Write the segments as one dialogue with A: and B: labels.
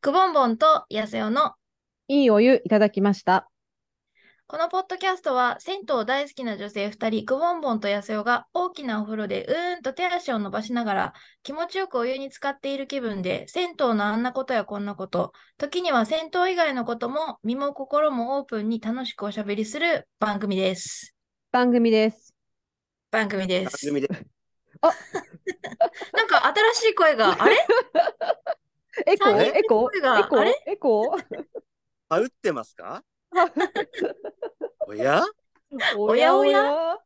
A: くぼんぼんとやせおの、
B: いいお湯いただきました。
A: このポッドキャストは、銭湯大好きな女性2人、くぼんぼんとやせおが、大きなお風呂でうーんと手足を伸ばしながら、気持ちよくお湯に浸かっている気分で、銭湯のあんなことやこんなこと、時には銭湯以外のことも、身も心もオープンに楽しくおしゃべりする番組です。
B: 番組です。
A: 番組で
C: 番
A: す。
C: 組で
A: なんか新しい声が、あれ
B: エコ
A: 三
B: ー
C: 人
B: エコ
A: 声
B: ー
A: が
B: エコ
A: あ
B: ー
A: れ
B: エコー
C: あ打ってますかおや
A: おやおや
B: や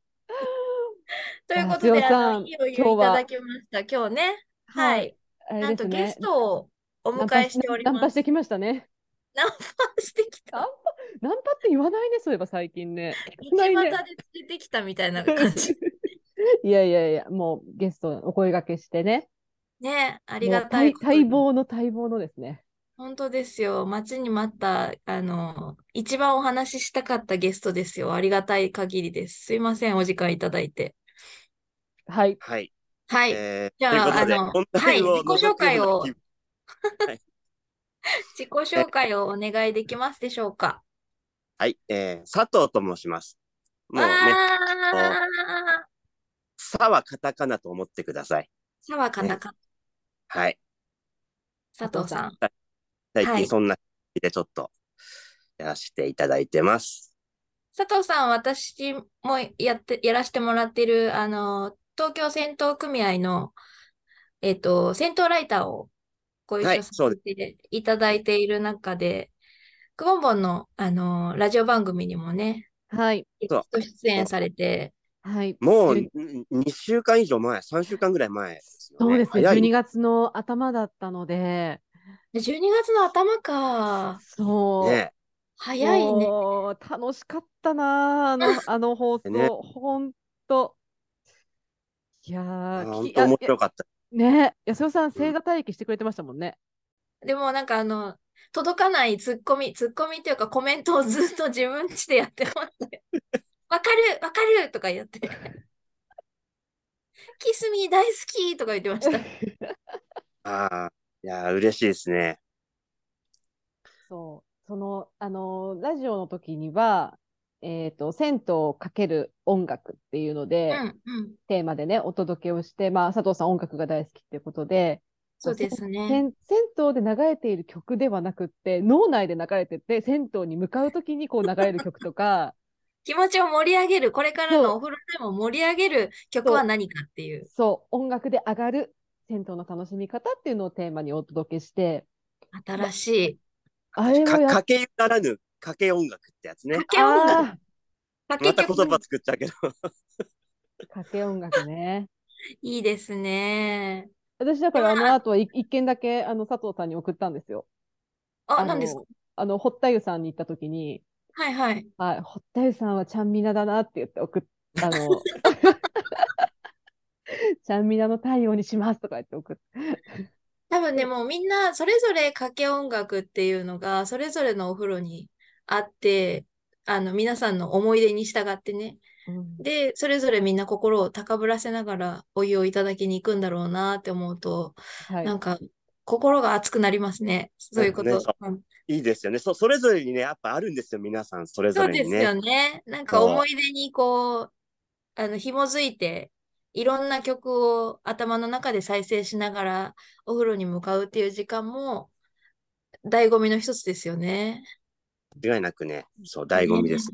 A: ということで、
B: やせおさん
A: あのいいお湯い
B: 今日
A: た
B: は
A: だきました、今日ね。は
B: はい
A: い。
B: あれ
A: なんと
B: です
A: ゲ
B: ね
A: ストをお
B: ナ
A: 迎
B: ンパ
A: えしており
B: ナンパ
A: ま
B: し
A: す。
B: てきましたね。
A: ナンパ してき
B: ナン
A: た。
B: ナンパって言わないね、そういえば最近ね。
A: 道
B: 言
A: 端
B: わ
A: で
B: ないね。
A: 連れてきたみたいな感 じ。
B: いやいやいや、もうゲストお声掛けしてね。
A: ね、あ
B: あ
A: りがたいことに
B: 待望の待望のですね。
A: 本当ですよ。待ちに待った、あの、一番お話ししたかったゲストですよ。ありがたい限りです。すいません、お時間いただいて。
B: はい。
C: はい。
A: はい。
C: えー
A: じゃあ
C: ということで
A: あの
C: 本題を
A: はい自己紹介を
C: 覗くような気分
A: 自己紹介をお願いできますでしょうか。
C: はい、えー、佐藤と申します。もうね、
A: あー、
C: さはカタカナと思ってください。
A: さわかなか、
C: はい。
A: 佐藤さん。
C: 最
A: はい
C: 近そんな感じでちょっとやらせていただいてます。
A: 佐藤さん、私もやって、やらせてもらってる、あの、東京銭湯組合の、えっと、銭湯ライターをご一
C: は
A: 緒
C: い
A: さ
C: そう
A: せていただいている中で、くぼんぼんの、あの、ラジオ番組にもね、
B: はい。
C: そう
A: ゲスト出演されて、
B: はい。
C: もう
B: ゆ
C: 2週間以上前、3週間ぐらい前ですよ、ね。
B: そうですね。
C: 早い
B: 12月の頭だったので、
A: 12月の頭か、
B: そう。
C: ね。
A: 早いね。
B: もう楽しかったなあ、あの、あの放送、
C: ね
B: ほんと。いやー、聞
C: 本
B: き
C: 当
B: あ
C: 面白かった。
B: いやね、安代さん、正座待機してくれてましたもんね。
A: でもなんかあの、届かないツッコミ、ツッコミっていうかコメントをずっと自分ちでやってましたよ。 わかる、わかるとか言って。 キスミー大好きとか言ってました。
C: ああ、いやー、嬉しいですね。
B: そう、その、あのーラジオの時には、えっと、銭湯をかける音楽っていうの
A: う
B: で、
A: んうん。
B: テーマでね、お届けをして、まあ、佐藤さん、音楽が大好きっていうことで、
A: そうですね。
B: 銭銭湯で流れている曲ではなくって、脳内で流れてて、銭湯に向かう時にこう流れる曲とか、
A: 気持ちを盛り上げる、これから
B: そ
A: の
B: う
A: お風呂でも盛り上げる曲は何かっていう。
B: そう、音楽で上がる銭湯の楽しみ方っていうのをテーマにお届けして、
A: 新しい。
B: あれを
C: か
B: や
C: かけならぬ、かけ音楽ってやつね
A: か。け音楽。か
B: あ
A: け
C: また言
A: 曲。
C: 葉作っちゃうけど。
B: ーかけ音楽ね。
A: いいですね。
B: 私だからあの後い一件だけあの佐藤さんに送ったんですよ。
A: あ、
B: の
A: 何ですか
B: あの、堀田湯さんに行った時に、
A: はいはい。
B: はい、堀田湯さんはちゃんみなだなって言って送っ、あの、 ちゃんみなの太陽にしますとか言って送って。
A: 多分ね、もうみんなそれぞれ掛け音楽っていうのが、それぞれのお風呂にあって、あの、皆さんの思い出に従ってね。で、それぞれみんな心を高ぶらせながらお湯をいただきに行くんだろうなって思うと、
B: はい
A: なんか心が熱くなりますね。そういうこと。
C: そ
A: うん
C: いいですよね。そそれぞれにね、やっぱあるんですよ、皆さん、それ
A: そ
C: ぞ
A: う
C: れ
A: で
C: に
A: す
C: ね。
A: よね。なんか
C: そう
A: 思い出にこう、あの、紐づいて、いろんな曲を頭の中で再生しながらお風呂に向かうっていう時間も醍醐味の一つですよね。
C: 間違いなくね、そう、醍醐味です。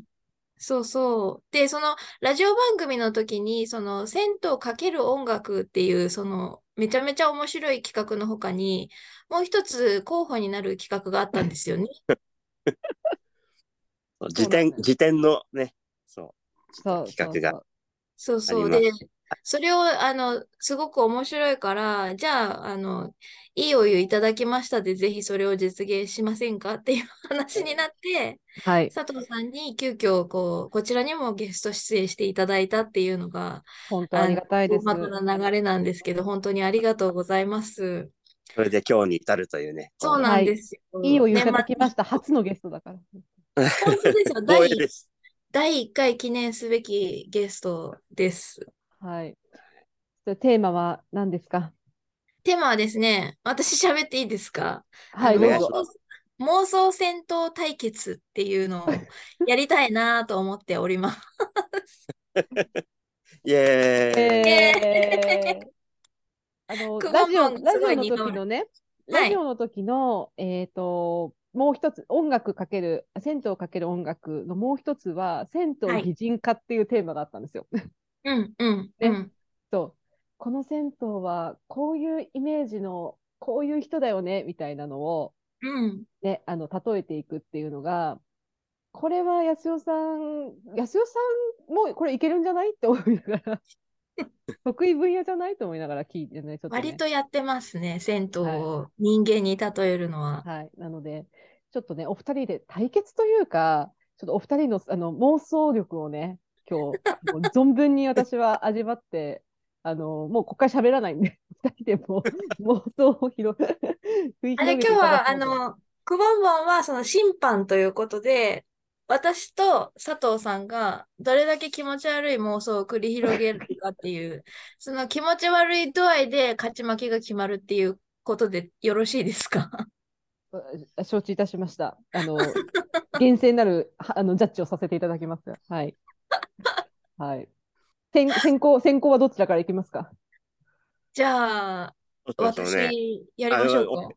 A: そうそう。で、そのラジオ番組の時に、その銭湯かける音楽っていう、そのめちゃめちゃ面白い企画の他に、もう一つ候補になる企画があったんですよね。
C: そう辞典、辞典のね、そう、
B: そう
C: 企画が。
A: そうそう。
C: あ
A: で、それを、あの、すごく面白いから、じゃあ、あの、いいお湯いただきましたで、ぜひそれを実現しませんか っていう話になって、
B: はい。
A: 佐藤さんに急遽、こう、こちらにもゲスト出演していただいたっていうのが、
B: 本当ありがたいです。
A: またな流れなんですけど、本当にありがとうございます。
C: それで今日に至るというね。
A: そう
B: な
A: なんん
B: で
A: ですよ。
B: いいお湯いただき
A: ね
B: ました。初のゲストだから。
A: まあ本当ですよ。
C: 光
A: 第
C: 栄です。
A: 第1回記念すべきゲストです。
B: はい。じゃあテーマは何ですか
A: テーマはですね、私喋っていいですか
B: はい、
A: あ
B: ど
A: の
B: う
C: お願い
B: ぞ
C: し。ます
A: 妄想戦闘対決っていうのをやりたいなと思っております。
C: イエーイ、
B: えーあの、
A: くぼ
B: ラジ
A: んぼん
B: オ、
A: が
B: ラ
A: す
B: ジ
A: ごい
B: オ
A: 似
B: の
A: 顔絵
B: 時のね、
A: はい
B: ラジオの時の、えっと、もう一つ、音楽かける、銭湯かける音楽のもう一つは、銭湯擬人化っていうテーマがあったんですよ。
A: うんうんう
B: ね
A: ん。
B: そう。この銭湯は、こういうイメージの、こういう人だよね、みたいなのを、
A: うん。
B: ね、あの、例えていくっていうのが、これは安代さん、安代さんもこれいけるんじゃないって思いなが ら、得意分野じゃないと思いながら聞いてね、ちょっとね。
A: 割とやってますね、銭湯
B: はい
A: を人間に例えるのは。
B: はい。なので、ちょっとね、お二人で対決というか、ちょっとお二人のあの妄想力をね、今日、もう存分に私は味わって、あの、もうここから喋らないんで、二人でもう妄想を広げ、繰り
A: あれ、今
B: 広げてい
A: 日
B: ただ
A: は、あ
B: こうと
A: の、くぼんぼんはその審判ということで、私と佐藤さんがどれだけ気持ち悪い妄想を繰り広げるかっていう、その気持ち悪い度合いで勝ち負けが決まるっていうことでよろしいですか
B: 承知いたしました。あの、 厳正なるはあのジャッジをさせていただきます。はい。はい。先先行、先行はどちらからいきますか
A: じゃあ、
C: どうしましょうね
A: 私、やりましょう
C: あ
A: か。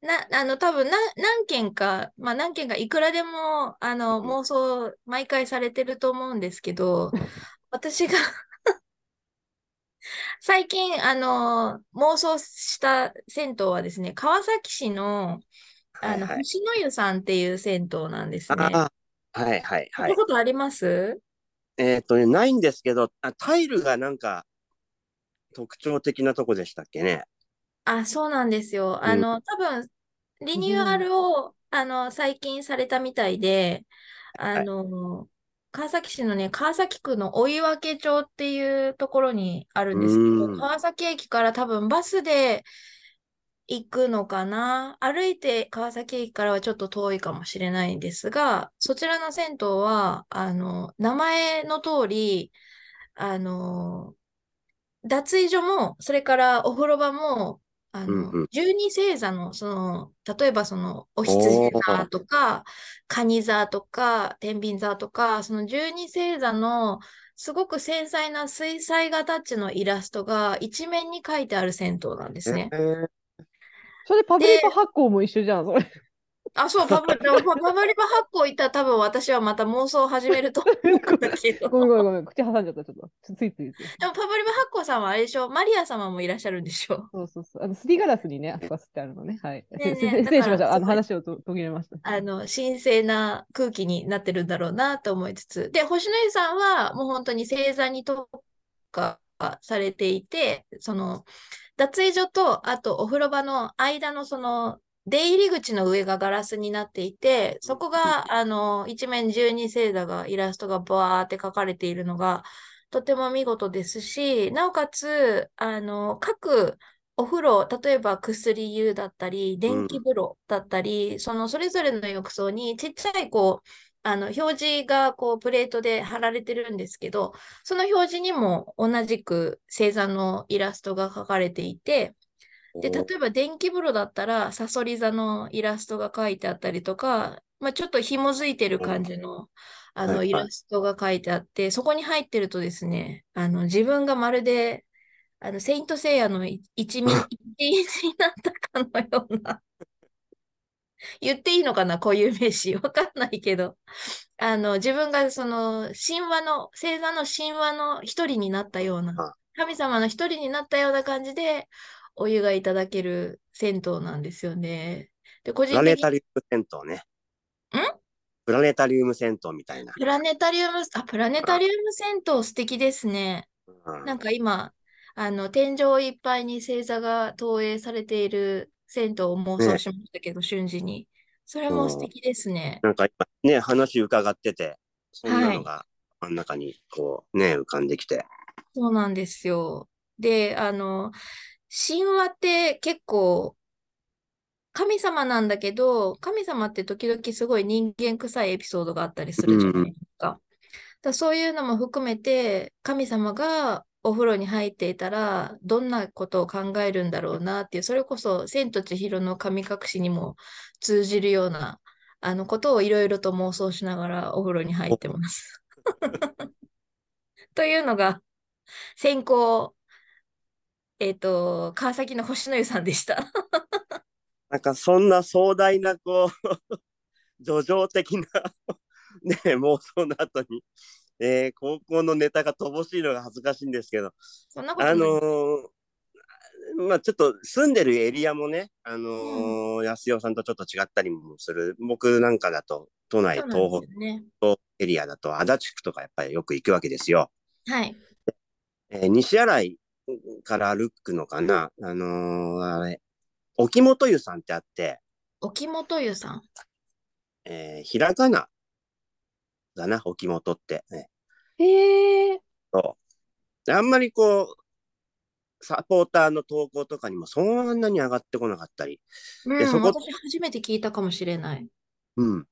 A: な、あの、多分な、何件か、まあ何件か、いくらでも、あの、
C: うん
A: 妄想、毎回されてると思うんですけ ど、私が 最近、あの、妄想した銭湯はですね、川崎市の、あの、
C: はいはい
A: 星の湯さんっていう銭湯なんですね。
C: あーはいはい
A: 行
C: は
A: っ
C: い
A: た。ことあります
C: えっ、とね、ないんですけど、あタイルがなんか特徴的なとこでしたっけね。
A: あ、そうなんですよ。
C: うん
A: あの、多分、リニューアルを、あの、最近されたみたいで、あの、川崎市のね、川崎区の追分町っていうところにあるんですけど、
C: うん
A: 川崎駅から多分バスで行くのかな。歩いて川崎駅からはちょっと遠いかもしれないんですが、そちらの銭湯は、あの、名前の通り、あの、脱衣所も、それからお風呂場も、あの、
C: うんうん
A: 十二星座の、その、例えばその、お羊座とか、蟹座とか、天秤座とか、その十二星座の、すごく繊細な水彩画タッチのイラストが一面に描いてある銭湯なんですね。
C: えー
B: それパブリコ発行も一緒じゃん、それ。
A: あ、そう、パブ、でもパブリバ発行行ったら多分私はまた妄想を始めると思うんだけど。
B: ごめんごめんごめん、口挟んじゃった、ちょっと。つついついつい。
A: でもパブリバ発行さんはあれでしょマリア様もいらっしゃるんでしょ
B: そうそうそう。あの、すりガラスにね、あそこは吸ってあるのね。はい。
A: ねえねえだ
B: 失礼
A: から
B: 失礼しました。あの
A: すごい
B: 話をと途切れました。
A: あの、神聖な空気になってるんだろうなと思いつつ。で、星野湯さんはもう本当に星座に特化されていて、その、脱衣所と、あとお風呂場の間のその、出入り口の上がガラスになっていて、そこが、あの、一面十二星座が、イラストがバーって描かれているのが、とても見事ですし、なおかつ、あの、各お風呂、例えば薬湯だったり、電気風呂だったり、そのそれぞれの浴槽にちっちゃいこう、あの表示がこうプレートで貼られてるんですけど、その表示にも同じく星座のイラストが描かれていて、で、例えば電気風呂だったら、サソリ座のイラストが書いてあったりとか、まあ、ちょっと紐づいてる感じの、あ
C: はい
A: の、
C: はい
A: イラストが書いてあって、そこに入ってるとですね、あの、自分がまるで、あの、セイントセイヤのい 一味、一員になったかのような、言っていいのかな、こういう名詞。わかんないけど、あの、自分がその、神話の、星座の神話の一人になったような
C: あ、
A: 神様の一人になったような感じで、お湯がいただける銭湯なんですよね。で、個
C: プ
A: 人
C: ラネ
A: 的
C: タ
A: に
C: リウム銭湯ね。プラネタリウム銭湯みたいな。
A: プラネタリウム、あ、プラネタリウム銭湯素敵ですね。
C: うん
A: なんか今、あの、天井いっぱいに星座が投影されている銭湯を妄想
C: ね
A: しましたけど、瞬時に。それも素敵ですね。
C: なんか今ね、話伺ってて、そんなのが真ん中にこうね、浮かんできて。
A: そうなんですよ。で、あの、神話って結構、神様なんだけど、神様って時々すごい人間臭いエピソードがあったりするじゃないですか。だからそういうのも含めて、神様がお風呂に入っていたら、どんなことを考えるんだろうなっていう、それこそ、千と千尋の神隠しにも通じるような、あのことをいろいろと妄想しながらお風呂に入ってます。 というのが、先行、えっ、と、川崎の星の湯さんでした。
C: なんかそんな壮大なこう 叙情的な ね妄想の後に、えー高校のネタが乏しいのが恥ずかしいんですけど
A: そんなことな
C: あ
A: い。
C: のーまあちょっと住んでるエリアもね、あのー安代さんとちょっと違ったりもする僕なんかだと都内
A: そうなん
C: 東
A: ですよね。
C: 北エリアだと足立区とかやっぱりよく行くわけですよ。
A: はい。
C: えー西新井から歩くのかなあのーあれ、沖本湯さんってあって、
A: 沖本湯さん。
C: えーひらがなだな、沖本って、ね
B: へえ。
C: であんまりこう、サポーターの投稿とかにもそんなに上がってこなかったり、
A: うん、
C: でそこ
A: 私初めて聞いたかもしれない。
C: うん。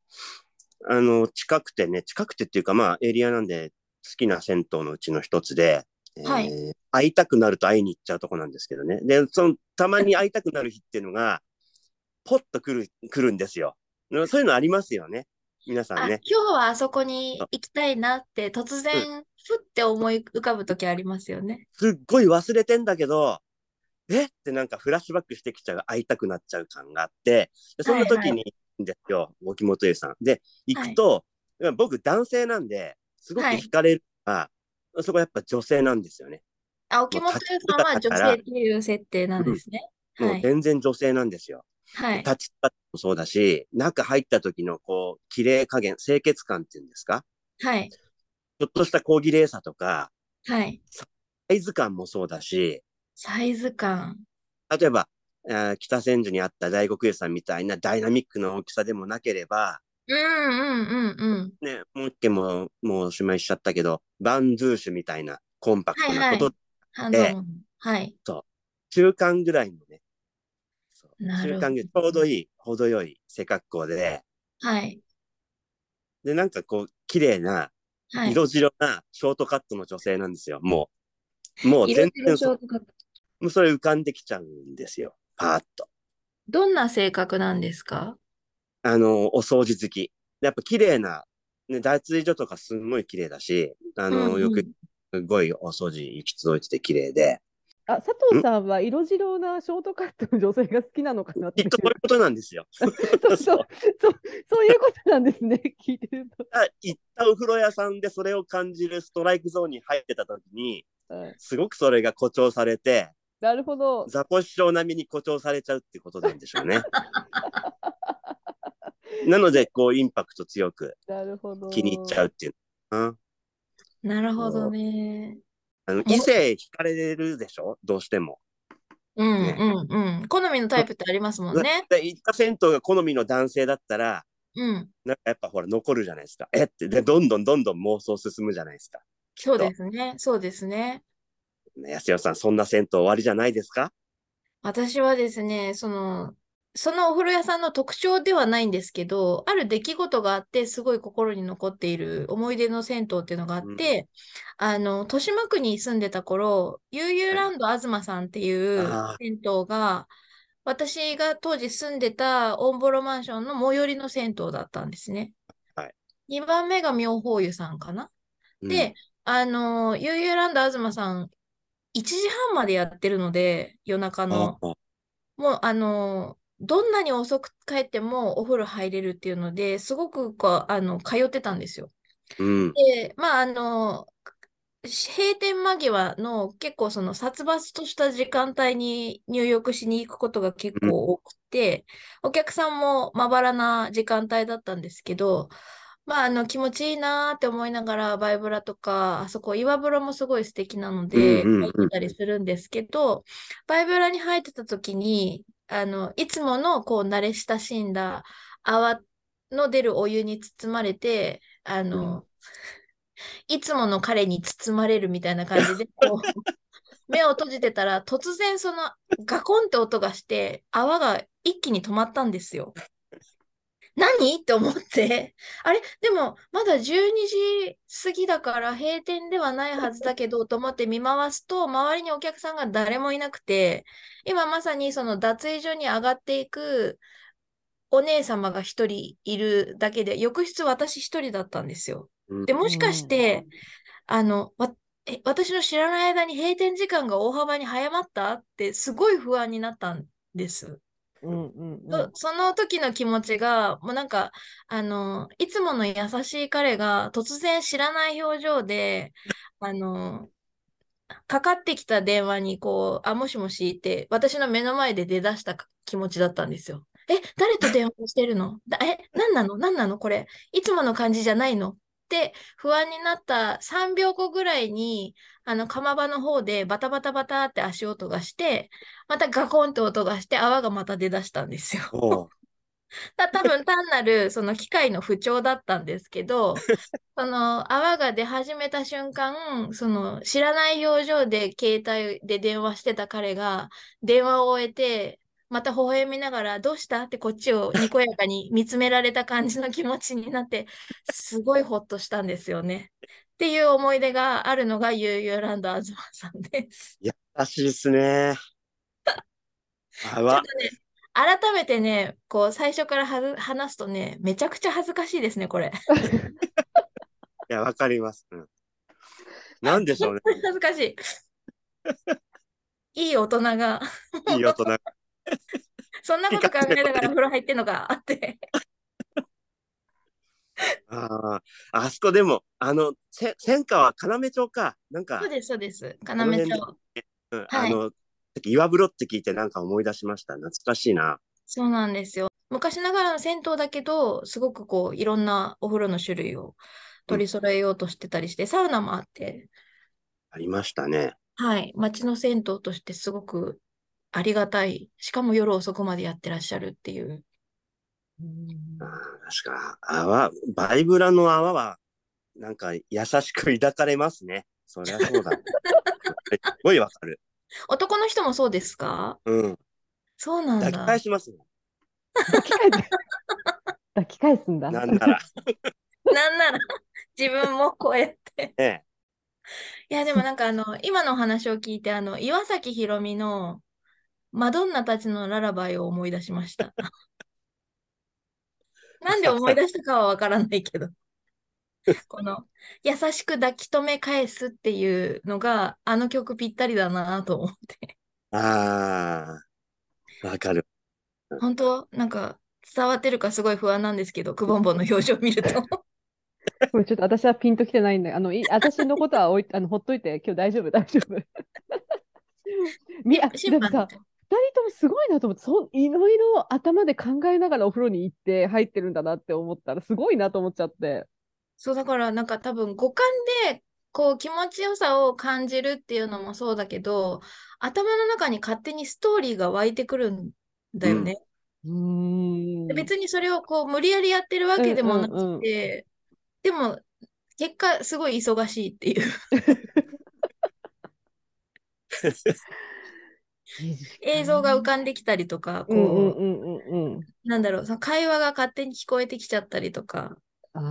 C: あの、近くてね、近くてっていうか、まあ、エリアなんで、好きな銭湯のうちの一つで、えー
A: はい
C: 会いたくなると会いに行っちゃうとこなんですけどね。で、その、たまに会いたくなる日っていうのが、ポッと来る、来るんですよ。そういうのありますよね。皆さ
A: あ、
C: ん
A: 今
C: ね。
A: 日はあそこに行きたいなって突然、ふって思い浮かぶ時ありますよね。
C: すっごい忘れてんだけど、えってなんかフラッシュバックしてきちゃう、会いたくなっちゃう感があって、でそんな時に、ですよ、沖本湯さん。で、行くと、僕男性なんで、すごく惹かれるのが、そこやっぱ女性なんですよね。
A: あ、沖本湯さんは女性っていう設定なんですね。
C: も
A: は
C: う
A: い。
C: 全然女性なんですよ。
A: はい。
C: 立ち姿もそうだし、中入った時のこう、綺麗加減、清潔感っていうんですか
A: はい。
C: ちょっとした小綺麗さとか、
A: はい。
C: サイズ感もそうだし、
A: サイズ感。
C: 例えば、えー北千住にあった大黒湯さんみたいなダイナミックな大きさでもなければ、
A: うんうんうんうん。
C: ね、もう一軒も、もうおしまいしちゃったけど、バンズーシュみたいなコンパクトなこと、
A: はいハンドモン。はい。
C: 中間ぐらいのね、そう
A: なるほど
C: 中間ぐらい、ちょうどいい、程よい背格好で、
A: はい。
C: で、なんかこう、綺麗な、
A: はい。
C: 色白なショートカットの女性なんですよ、もう。もう
A: 色
C: 全
A: 白
C: 然
A: シ
C: そ
A: ョートカット
C: もうそれ浮かんできちゃうんですよ、パーッと。
A: どんな性格なんですか
C: あの、お掃除好き。でやっぱ綺麗な、ね、脱衣所とかすんごい綺麗だし、あの、
A: うん
C: よ
A: う
C: く
A: ん、
C: すごいお掃除行き届いてて綺麗で。
B: あ、佐藤さんは色白なショートカットの女性が好きなのかなっ
C: き
B: て
C: っ
B: いう。
C: と こういうことなんですよ。
B: そうそう、そう、そういうことなんですね。聞いてると。
C: あ行ったお風呂屋さんでそれを感じるストライクゾーンに入ってた時に
B: はい
C: すごくそれが誇張されて
B: なるほど。
C: ザコシショウ並みに誇張されちゃうってことなんでしょ うね。なのでこうインパクト強く
B: なるほど。
C: 気に入っちゃうっていうのかな
A: なるほどね。
C: あの異性惹かれるでしょどうしても。
A: うんう
C: ね
A: んうん。好みのタイプってありますもんね。
C: で行った銭湯が好みの男性だったら
A: うん。
C: なんかやっぱほら残るじゃないですか。えってでどんどんどんどん妄想進むじゃないですか。
A: そうですね。そうですね。
C: ね安代さんそんな銭湯終わりじゃないですか
A: 私はですね、その、そのお風呂屋さんの特徴ではないんですけど、ある出来事があって、すごい心に残っている思い出の銭湯っていうのがあって、あの、豊島区に住んでた頃、悠々ランド東さんっていう
C: ああ
A: 銭湯が、私が当時住んでたオンボロマンションの最寄りの銭湯だったんですね。
C: はい
A: 2番目が妙法湯さんかな。
C: うん
A: で、あの、悠々ランド東さん、1時半までやってるので、夜中の。
C: ああ
A: もうあのどんなに遅く帰ってもお風呂入れるっていうのですごくこうあの通ってたんですよ。
C: うん
A: でまああの閉店間際の結構その殺伐とした時間帯に入浴しに行くことが結構多くて、お客さんもまばらな時間帯だったんですけど、まああの気持ちいいなーって思いながらバイブラとかあそこ岩風呂もすごい素敵なので
C: うんうんうん
A: 入ってたりするんですけど、バイブラに入ってた時にあのいつものこう慣れ親しんだ泡の出るお湯に包まれてあの、いつもの彼に包まれるみたいな感じでこう目を閉じてたら突然そのガコンって音がして泡が一気に止まったんですよ。何って思って。あれでも、まだ12時過ぎだから閉店ではないはずだけど、と思って見回すと、周りにお客さんが誰もいなくて、今まさにその脱衣所に上がっていくお姉様が一人いるだけで、翌日私一人だったんですよ。
C: うん
A: で、もしかして、あの、わえ私の知らない間に閉店時間が大幅に早まったってすごい不安になったんです。
B: うんうんうん
A: そその時の気持ちが、もうなんか、あの、いつもの優しい彼が突然知らない表情で、あの、かかってきた電話にこう、あ、もしもしって、私の目の前で出だしたか気持ちだったんですよ。え、誰と電話してるの だえ、何なの何なのこれ。いつもの感じじゃないのって不安になった3秒後ぐらいに、あの、釜場の方でバタバタバタって足音がして、またガコンって音がして泡がまた出だしたんですよ。
C: おう
A: た多分単なるその機械の不調だったんですけどその泡が出始めた瞬間その知らない表情で携帯で電話してた彼が電話を終えてまた微笑みながら「どうした?」ってこっちをにこやかに見つめられた感じの気持ちになってすごいホッとしたんですよね。っていう思い出があるのがゆうゆうランド東さんです。
C: 優しいっすね。あ
A: ちょっ
C: わ
A: とね、改めてね、こう、最初からはず話すとね、めちゃくちゃ恥ずかしいですね、これ。
C: いやわかります。うん、なんで しょうね。
A: 恥ずかし い。いい大人が、
C: いい大人。
A: そんなこと考えながら風呂入ってんのか って。
C: ああ、あそこでも、あの、せ戦火は要町か。なんか
A: そう、です、そうです。要
C: の辺で
A: 町。
C: うん、
A: はい
C: あの、岩風呂って聞いてなんか思い出しました。懐かしいな。
A: そうなんですよ。昔ながらの銭湯だけど、すごくこう、いろんなお風呂の種類を取り揃えようとしてたりして、サウナもあって、
C: ありましたね。
A: はい、町の銭湯としてすごくありがたい。しかも夜遅くまでやってらっしゃるっていう。
B: うん
C: あー確か、泡、バイブラの泡は、なんか優しく抱かれますね。そりゃそうだ。すごいわかる。
A: 男の人もそうですか
C: うん。
A: そうなん
C: 抱き
A: だ。
C: 返しますも
B: 抱き返す抱き返すんだ。
C: ん。なん
A: な
C: なら。
A: んなら自分もこうやって。
C: ね
A: いや、でもなんかあの、 今のお話を聞いて、あの、岩崎宏美のマドンナたちのララバイを思い出しま した。なんで思い出したかはわからないけ ど。この、優しく抱き留め返すっていうのが、あの曲ぴったりだなと思って。
C: ああ、わかる。
A: 本当なんか、伝わってるかすごい不安なんですけど、くぼんぼんの表情を見 ると。
B: これちょっと私はピンときてないんだあの、い私のことは置い あのほっといて、今日大丈夫、大丈 夫。みあ
A: 審
B: でも
A: 判み
B: さ
A: たい、
B: 2人ともすごいなと思って、そういろいろ頭で考えながらお風呂に行って入ってるんだなって思ったら、すごいなと思っちゃって。
A: そうだからなんか多分五感でこう気持ちよさを感じるっていうのもそうだけど頭の中に勝手にストーリーが湧いてくるんだよね。
B: うーん。
A: で別にそれをこう無理やりやってるわけでもな
B: うんうん
A: く
B: うん
A: て、でも結果すごい忙しいっていう映像が浮かんできたりとかこ
B: う
A: う、
B: んうんうんうんうん。
A: なんだろうその会話が勝手に聞こえてきちゃったりとか
B: あー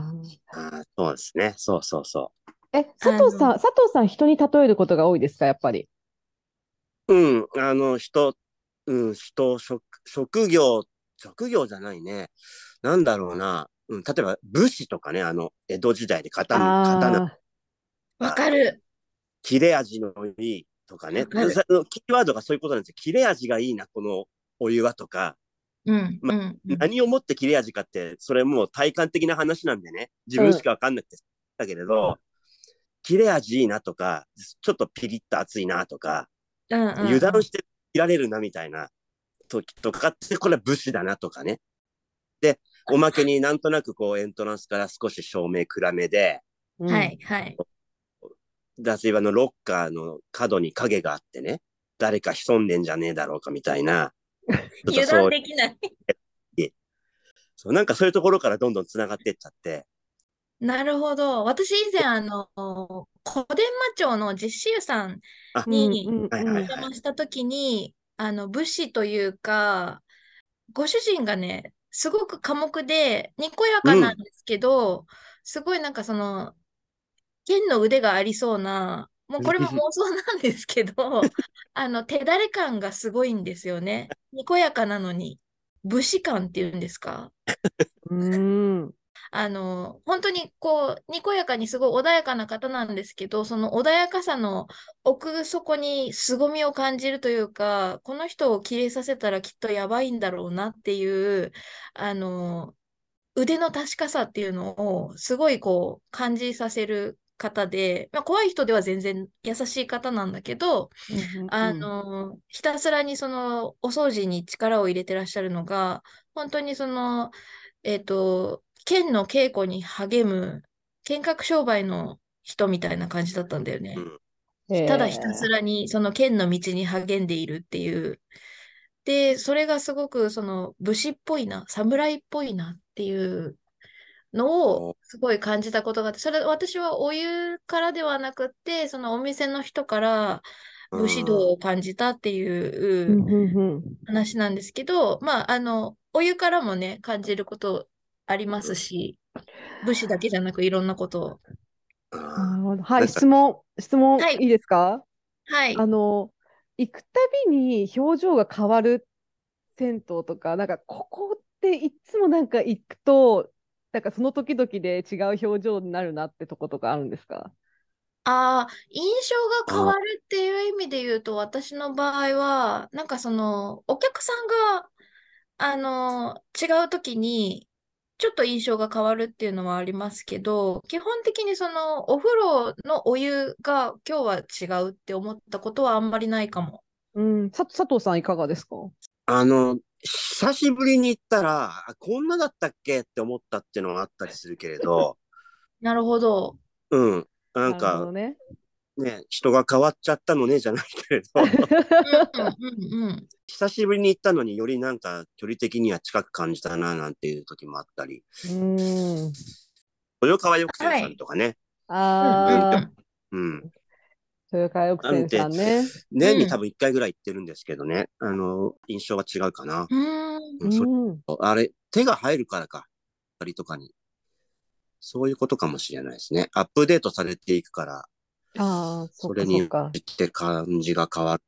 C: あーそうですね。そうそうそ
B: え、佐藤さん、佐藤さん、人に例えることが多いですか、やっぱり。
C: う。うん。あの、人、うん、人、職、職業、職業じゃないね。なんだろうな。うん、例えば武士とかね、あの、江戸時代で刀、刀
B: あ
A: わかる
C: 切れ味のいいとかね、
A: はい
C: さあのキーワードがそういうことなんですよ。切れ味がいいな、このお湯はとか、
A: うんう
C: ま
A: んうん
C: 何をもって切れ味かって、それもう体感的な話なんでね、自分しかわかんなくて、だけれど、切れ味いいなとか、ちょっとピリッと熱いなとか、
A: うんうん
C: 油断していられるなみたいな時とかって、これは武士だなとかね。で、おまけになんとなくこうエントランスから少し照明暗めで、
B: ー
A: うんはい。はい
C: 脱衣場のロッカーの角に影があってね、誰か潜んでんじゃねえだろうかみたいな、ち
A: 油
C: ょっとそ
A: 断
C: う
A: できない
C: そう、なんかそういうところからどんどん繋がってっちゃって、
A: なるほど。私以前、あの、小伝馬町の実習さん
B: うん
A: に
B: うんうん
C: はいはい
A: お邪魔した時に、あの、武士というか、ご主人がね、すごく寡黙で、にこやかなんですけど、すごいなんかその、剣の腕がありそうな、もうこれも妄想なんですけど、あの、手だれ感がすごいんですよね。にこやかなのに、武士感っていうんですか
B: うん。
A: あの、本当にこう、にこやかにすごい穏やかな方なんですけど、その穏やかさの奥底に凄みを感じるというか、この人をキレさせたらきっとやばいんだろうなっていう、あの、腕の確かさっていうのをすごいこう感じさせる方で、まあ、怖い人では全然優しい方なんだけど、あの、ひたすらにそのお掃除に力を入れてらっしゃるのが、本当にその、えっと、剣の稽古に励む、剣閣商売の人みたいな感じだったんだよね。
B: うん、
A: ただひたす
B: ら。
A: らにその剣の道に励んでいるっていう。で、それがすごくその武士っぽいな、侍っぽいなっていうのをすごい感じたことがあって、それ私はお湯からではなくって、そのお店の人から武士道を感じたっていう
B: う、んうんうん
A: 話なんですけど、まあ、あの、お湯からもね、感じることありますし、武士だけじゃなくいろんなことを。
C: うんうん
B: なるほどはい、質問、質問
A: はい
B: いいですか
A: はい。
B: あの、行くたびに表情が変わる銭湯とか、なんかここっていっつもなんか行くと、なんかその時々で違う表情になるなってとことかあるんですか
A: ああ、印象が変わるっていう意味で言うと、私の場合は、なんかその、お客さんが、あの、違う時に、ちょっと印象が変わるっていうのはありますけど、基本的にその、お風呂のお湯が今日は違うって思ったことはあんまりないかも。
B: うん、さ、佐藤さんいかがですか
C: あの、久しぶりに行ったら、あこんなだったっけって思ったっていうのがあったりするけ れど、
A: なるほど。
C: うん。
B: なん
C: な
B: るほ
C: か
B: どね。
C: ね、人が変わっちゃったのねじゃないけれど、
A: うんうんうん。
C: 久しぶりに行ったのによりなんか距離的には近く感じたななんていう時もあったり、
B: うん。
C: 豊川浴船さんとかね、
B: ああ、
C: うん。
B: 豊川浴船さんね。
C: 年
A: う
C: に
A: ん
C: 多分1回ぐらい行ってるんですけどね、あの、印象が違うかな。
A: うん。うーん。
C: うんそれ
B: うん。
C: あれ、手が入るからか、二人とかに。そういうことかもしれないですね。アップデートされていくから、
B: ああ、そ
C: そ
B: っ
C: れ
B: か
C: に
B: そっか。
C: って感じが変わる。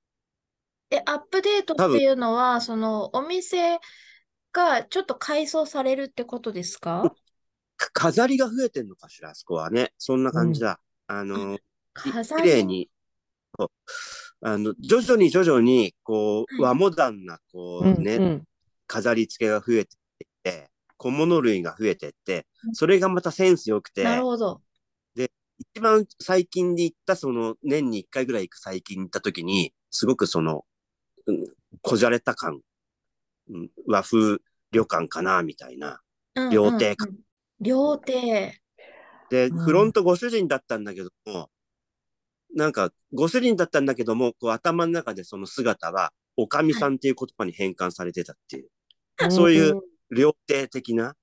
A: え、アップデートっていうのは、そのお店がちょっと改装されるってことですか
C: か飾りが増えてんのかしら、あそこはね。そんな感じだ。あの、い
A: 飾
C: 綺麗
A: り。
C: に、そうあの、徐々に徐々に、こう、
A: は
C: 和モダンな、こ
B: う
C: う、
B: ん
C: ね、
B: うん。
C: 飾り付けが増えてって、小物類が増えてって、それがまたセンス良くて、
A: なるほど。
C: 一番最近で行った、その、年に一回ぐらい行く最近に行った時に、すごくその、うん、こじゃれた感、うん、和風旅館かな、みたいな。
A: うん
C: 料
A: うん
C: 亭
A: うん料亭。
C: で、
B: うん
C: フロントご主人だったんだけども、なんか、ご主人だったんだけども、こう頭の中でその姿は、おかみさんっていう言葉に変換されてたっていう、そういう料亭的な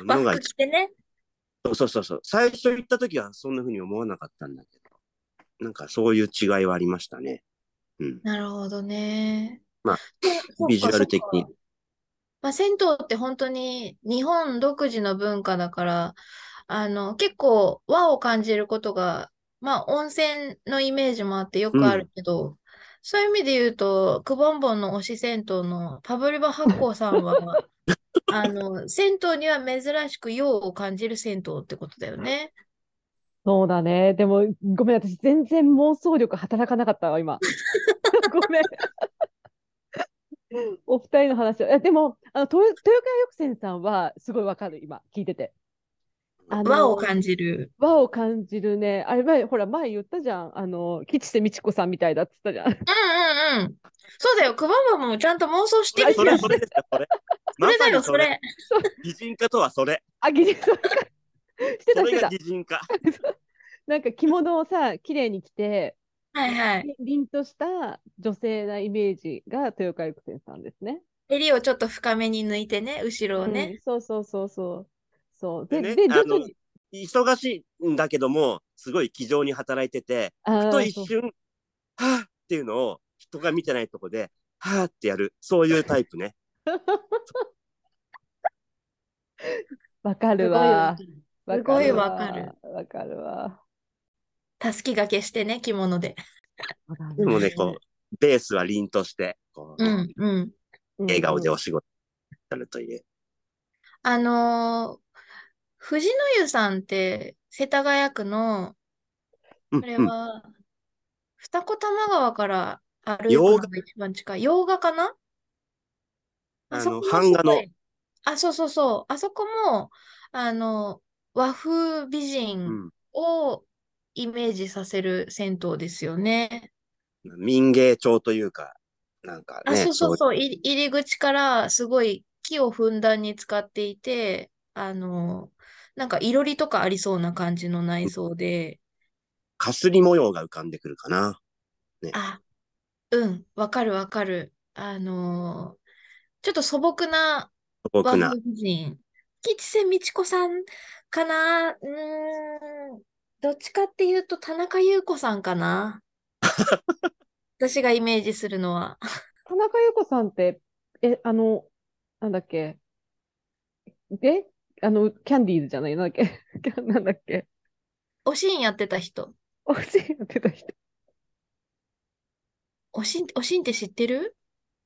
C: うん
A: 和
C: のが
A: 服、着てね。
C: そうそうそう。最初行った時はそんな風に思わなかったんだけど、なんかそういう違いはありましたね。うん。
A: なるほどね。
C: まあ
A: で、そう
C: ビジュアル
A: か
C: 的
A: そ
C: に
A: うかまあ、銭湯って本当に日本独自の文化だから、あの、結構和を感じることが、まあ温泉のイメージもあってよくあるけど、そういう意味で言うと、くぼんぼんの推し銭湯のパブリバ発酵さんは、 あの、銭湯には珍しく洋を感じる銭湯ってことだよね。
B: そうだね。でも、ごめん、私、全然妄想力働かなかったわ、 今。ごめん。お二人の話を。いや、でも、あの、豊豊川浴船さんは、すごいわかる、今、聞いてて。あ
A: 和を
B: の、
A: 感じる。
B: 和を感じるね。あれ、前、ほら、前言ったじゃん。あの、吉瀬美智子さんみたいだって言ったじゃん。
A: うんうんうん。そうだよ、くぼんぼんもちゃんと妄想してるじ
C: そ
A: ゃ
C: れ、
A: ん。
C: そ
A: そ
C: れですよ、それ。ま
A: れだ
C: さ
A: よ、
C: に
A: そ
C: そ
A: れ
C: れ。。擬人化とはそれ。
B: あ、ギリギリそうかして
C: そ
B: た、し
C: れ
B: て
C: が
B: た。
C: 擬人化。
B: なんか、着物をさ、綺麗に着て、
A: はいはい。
B: 凛とした女性なイメージが、豊川浴船さんですね。
A: 襟をちょっと深めに抜いてね、後ろをね。
B: うん、そうそうそうそう。そう。で、
C: で
B: で、
C: ね
B: 徐
C: あ
B: 々
C: の
B: に、
C: 忙しいんだけども、すごい気丈に働いてて、
B: あ
C: ふ
B: あ
C: と
B: ー、
C: 一
B: そう。
C: 瞬、はぁっていうのを人が見てないとこで、はぁってやる。そういうタイプね。
B: わかるわ。
A: すごいわかる。
B: わかるわ。
A: たすきがけしてね、着物で。
B: わかるわ
C: でもね、こう、ベースは凛として、こう、
A: うんうん。
B: うん
C: 笑顔でお仕事されるという。
A: あのー、藤の湯さんって世田谷区の、
C: うん
A: これ
C: うん、
A: は、二子玉川から歩い
C: 洋
A: たの
C: 画
A: が一番近い。洋画かな
C: あ
A: そ
C: の、
A: こも
C: 版画
A: すご
C: の
A: い、あ、そうそうそう。あそこも、あの、和風美
C: う
A: 人
C: ん、
A: をイメージさせる銭湯ですよね。
C: 民芸町というか、なんか
A: あ、
C: ね、
A: そうそう
C: う
A: そう。い入り口からすごい木をふんだんに使っていて、あの、なんかいろりとかありそうな感じの内装で、
C: かすり模様が浮かんでくるかな。
A: あ、うん、わかるわかる。あの、ちょっと素朴な、
C: 素
A: 和
C: 朴な。
A: 風美人。吉瀬美智子さんかなうーん。どっちかっていうと田中優子さんか な私がイメージするのは。
B: 田中優子さんって、え、あの、なんだっけ。で、あの、キャンディーズじゃない、なんだっけ。 キャンなんだっけ。
A: おしんやってた人。
B: おしんやってた人。
A: おしん、おしんって知ってる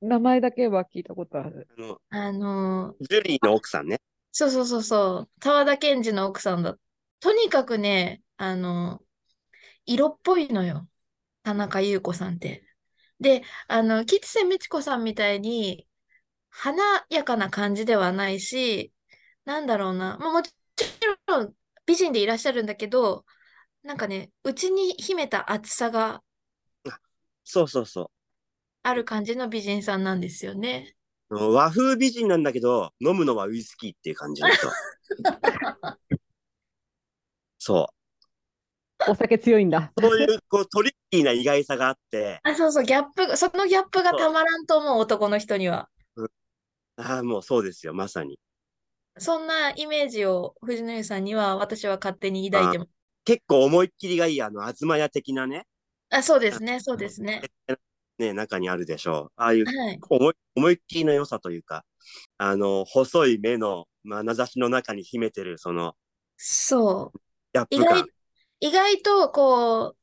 B: 名前だけは聞いたことある。
C: あの、
A: あのー、
C: ジュリーの奥さんね。
A: そうそうそうそう。沢田研二の奥さんだ。とにかくね、あのー、色っぽいのよ。田中優子さんって。で、あの、吉瀬美智子さんみたいに、華やかな感じではないし、なんだろうな、まあ、もちろん美人でいらっしゃるんだけど、なんかね、内に秘めた熱さが
C: そうそうそう。
A: ある感じの美人さんなんですよね。
C: あの和風美人なんだけど、飲むのはウイスキーっていう感じの 人。そ
B: お酒強いんだ。
C: う。そういう、こう、トリッキーな意外さがあって、
A: あ、そうそう、ギャップ、そのギャップがたまらんと思う、男の人には。
C: ああ、もうそうですよ、まさに。
A: そんなイメージを藤野湯さんには私は勝手に抱いてます。
C: 結構思いっきりがいい、あの、東屋的なね、
A: あ、そうですね、そうですね。
C: ね、中にあるでしょう。ああいう
A: はい。
C: 思い、思いっきりの良さというか、あの、細い目の眼差しの中に秘めてる、その、
A: そう。
C: ギャッ
A: 意
C: プ
A: 外
C: 感。、
A: 意外とこう、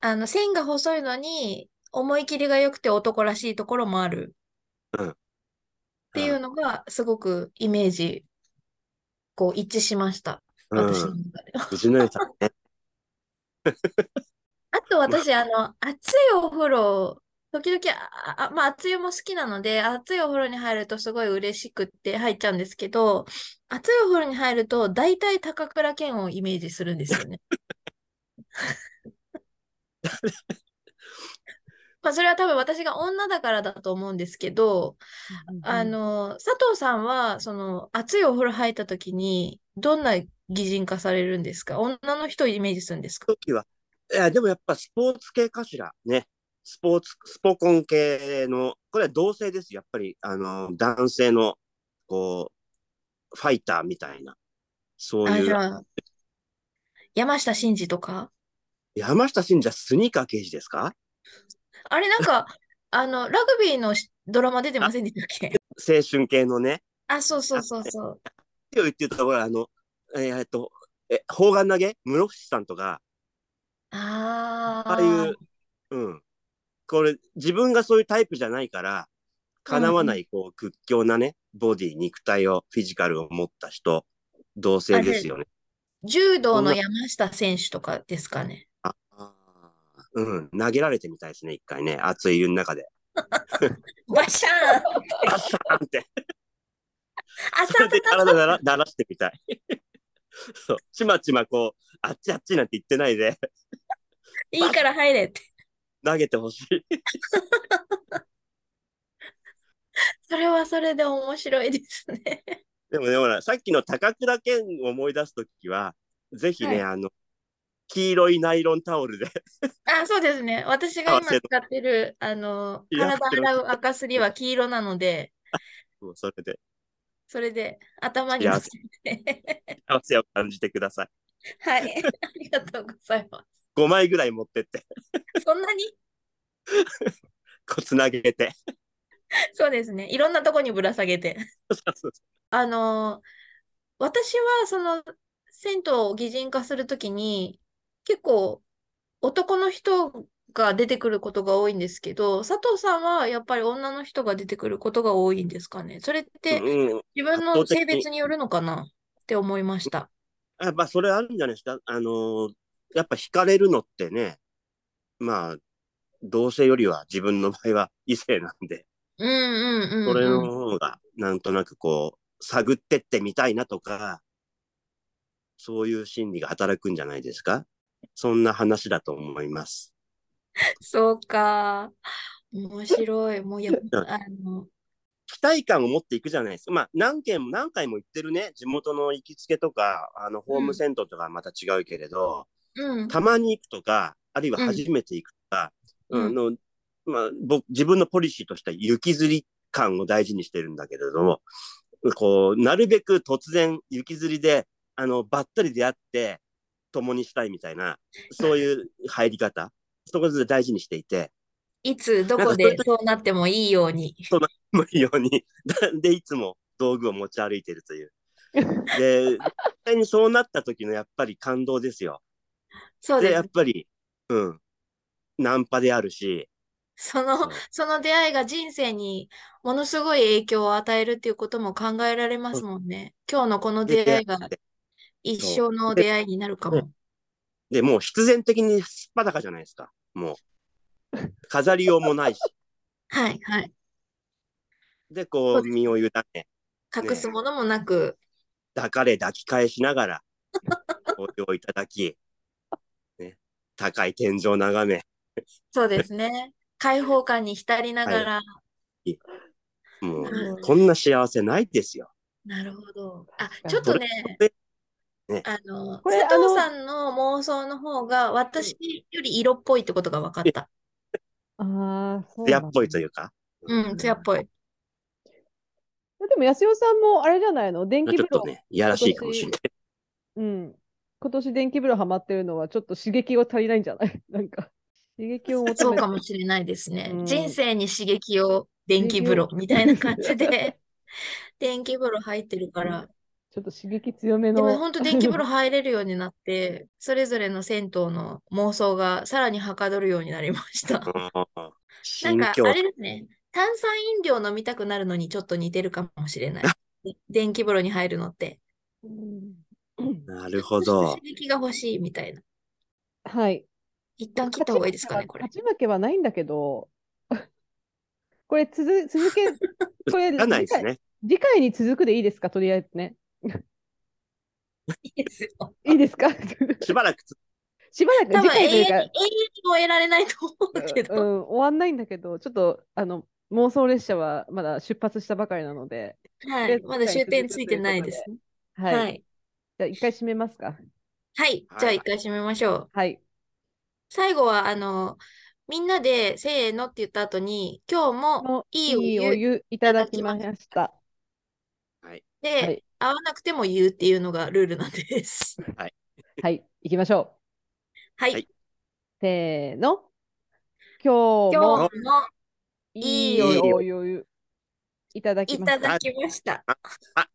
A: あの、線が細いのに、思い切りが良くて男らしいところもあるっていう
C: の、
A: のが、すごくイメージ、こう、一致しました。
C: うん、
A: 私の中で。
C: 藤野屋さんね。
A: あと私、あの、熱いお風呂、時々、あ、あまあ、熱湯も好きなので、熱いお風呂に入るとすごい嬉しくって入っちゃうんですけど、熱いお風呂に入ると、大体高倉健をイメージするんですよね。まあ、それは多分私が女だからだと思うんですけど、あの、佐藤さんは、その、熱いお風呂入った時に、どんな擬人化されるんですか女の人をイメージするんですか
C: 時は、いや、でもやっぱスポーツ系かしら。ね。スポーツ、スポコン系の、これは同性です。やっぱり、あの、男性の、こう、ファイターみたいな。そう
A: あ、
C: い
A: じ
C: う。
A: ゃあ、山下真司とか
C: 山下真司はスニーカー刑事ですか
A: あれなん か、あの、ラグビーのしドラマ出てませんでしたっけ
C: 青春系のね。
A: あ、そうそうそうそう。
C: 強いって言ったところは、あの、えーっと、え、砲丸投げ室伏さんとか、
A: あ
C: ああいう、うん。これ、自分がそういうタイプじゃないから、叶わない、こう、屈強なね、ボディ、肉体を、フィジカルを持った人、同性ですよね。
A: ー、柔道の山下選手とかですかね。
C: ああーうん、投げられてみたいですね、一回ね、熱い湯の中で。
A: わしゃーん
C: バシャーンって、
A: あ
C: そ
A: た
C: れで体だらだらしてみたい。そう、ちまちまこう、あっちあっちなんて言ってないで、
A: いいから入れって。
C: 投げてほしい。
A: それはそれで面白いですね。
C: でもね、ほら、さっきの高倉健を思い出すときは、ぜひね、
A: はい
C: あの、黄色いナイロンタオルで、
A: あ、そうですね。私が
C: 合わ
A: 今
C: せ
A: 使
C: る
A: ってる、あの、
C: いや
A: 体洗う赤すりは黄色なので、
C: もうそれで
A: それで頭にのせて。
C: 幸せを感じてください。
A: はい。ありがとうございま
C: 5枚ぐらい持ってって、
A: す。そんなに
C: こう、つなげて。
A: そうですね。いろんなとこにぶら下げて。
C: そうそうそう
A: あの、私はその銭湯を擬人化するときに結構男の人が出てくることが多いんですけど、佐藤さんはやっぱり女の人が出てくることが多いん ですかね。それって
C: うん、
A: 自分
C: 圧
A: の
C: 倒的
A: 性
C: に
A: 別によるのかなって思いました。
C: あまあ、それあるんじゃないですか。あのーやっぱ惹かれるのってね、まあ、同性よりは自分の場合は異性なんで、
A: うんうんうんうん。
C: それの方が、なんとなくこう、探ってってみたいなとか、そういう心理が働くんじゃないですか。そんな話だと思います。
A: そうか。面白い。もう や、あの、
C: 期待感を持っていくじゃないですか。まあ、何件も何回も行ってるね、地元の行きつけとか、あの、ホームセントとかはまた違うけれど、
A: うん。
C: たまに行くとか、あるいは初めて行くとか、
A: うん
C: あのまあ、僕自分のポリシーとしては雪吊り感を大事にしてるんだけれども、こう、なるべく突然雪吊りで、あの、ばったり出会って、共にしたいみたいな、そういう入り方、そこで大事にしていて、
A: いつ、ど
C: なんか
A: こ
C: そういう
A: でそうなってもいいように。
C: 無理ように、 で、いつも道具を持ち歩いてるという。で、実際にそうなった時のやっぱり感動ですよ。
A: そう
C: で、
A: で
C: や
A: す
C: っ。ぱり、うん、ナンパであるし、
A: そ
C: そ
A: の
C: う、
A: その出会いが人生にものすごい影響を与えるっていうことも考えられますもんね。今日のこの出会いが一生の出会いになるかも。
C: で、もう必然的にすっぱだかじゃないですか。もう。飾りようもないし。
A: はい、はい。
C: で、こ
A: そう
C: う、
A: です
C: 身を委ね、
A: 隠すものもなく。
C: 抱かれ抱き返しながら、お湯をいただき、ね、高い天井を眺め、
A: そうですね。開放感に浸りながら。
C: もう、
A: うん
C: こんな幸せないですよ。
A: なるほど。あ、
B: かに
A: ちょっとね
C: れね、
A: あの、
B: これ
A: 佐
B: あ
A: 藤
B: の
A: さんの妄想の方が私より色っぽいってことが分かった。
B: ああ、そう
C: 艶
B: なん
C: っぽいと
B: だ
C: いうか。
A: うん、艶っぽい。
B: でも、安代さんもあれじゃないの電気
C: ちょっ
B: 風呂
C: と、ね、いやらしいかもしれない。
B: うん。今年電気風呂ハマってるのは、ちょっと刺激が足りないんじゃない なんか、刺激を求
A: そう
B: め
A: か
B: て
A: もしれないですね
B: う。ん
A: 人生に刺激を電気風呂みたいな感じ で、電気風呂入ってるから。
B: ちょっと刺激強め
A: でも
B: の。
A: 本当電気風呂入れるようになって、それぞれの銭湯の妄想がさらにはかどるようになりました。
C: うん
A: なん
C: 心
A: か、
C: 境
A: あれですね。炭酸飲料飲みたくなるのにちょっと似てるかもしれ ない。電気風呂に入るのって。
B: うん
C: なるほ
A: ちょっと
C: ど
A: 刺。激が欲しいみたいな。
B: はい。
A: 一旦切った方がいいですかね、 これ。
B: 勝ち負けはないんだけど、 これ続、続 け、これ、
C: いらないで
B: 次
C: す
B: 回、
C: ね。
B: 次回に続くでいいですかとりあえずね。
A: いいですよ。
B: いいですか
C: しばらくつ
B: しばらく
A: 多
B: 次
A: 分
B: 回と
A: 永遠
B: いう
A: に、
B: か
A: 永遠に終えられないと思うけ
B: う
A: ど。
B: ん、終わんないんだけど、ちょっと、あの、妄想列車はまだ出発したばかりなので、
A: は
B: で
A: い。まだ終点ついてないですね。
B: はい。
A: はい。
B: じゃあ、一回締めますか。
A: はい。じゃあ一回締めましょう。
B: はい。
A: 最後は、あの、みんなでせーのって言った後に、今日もいいお
B: いい
A: 湯
B: お湯いただきました。
A: で、
B: はい
A: 合わなくても言うっていうのがルールなんです。
B: はい。行きましょ。
A: はい。
C: はい
B: せーの。今日
A: 今
B: も
A: 日も
B: いい
C: いい
B: お湯いただき
A: い
B: ました
A: ただきました。
C: あ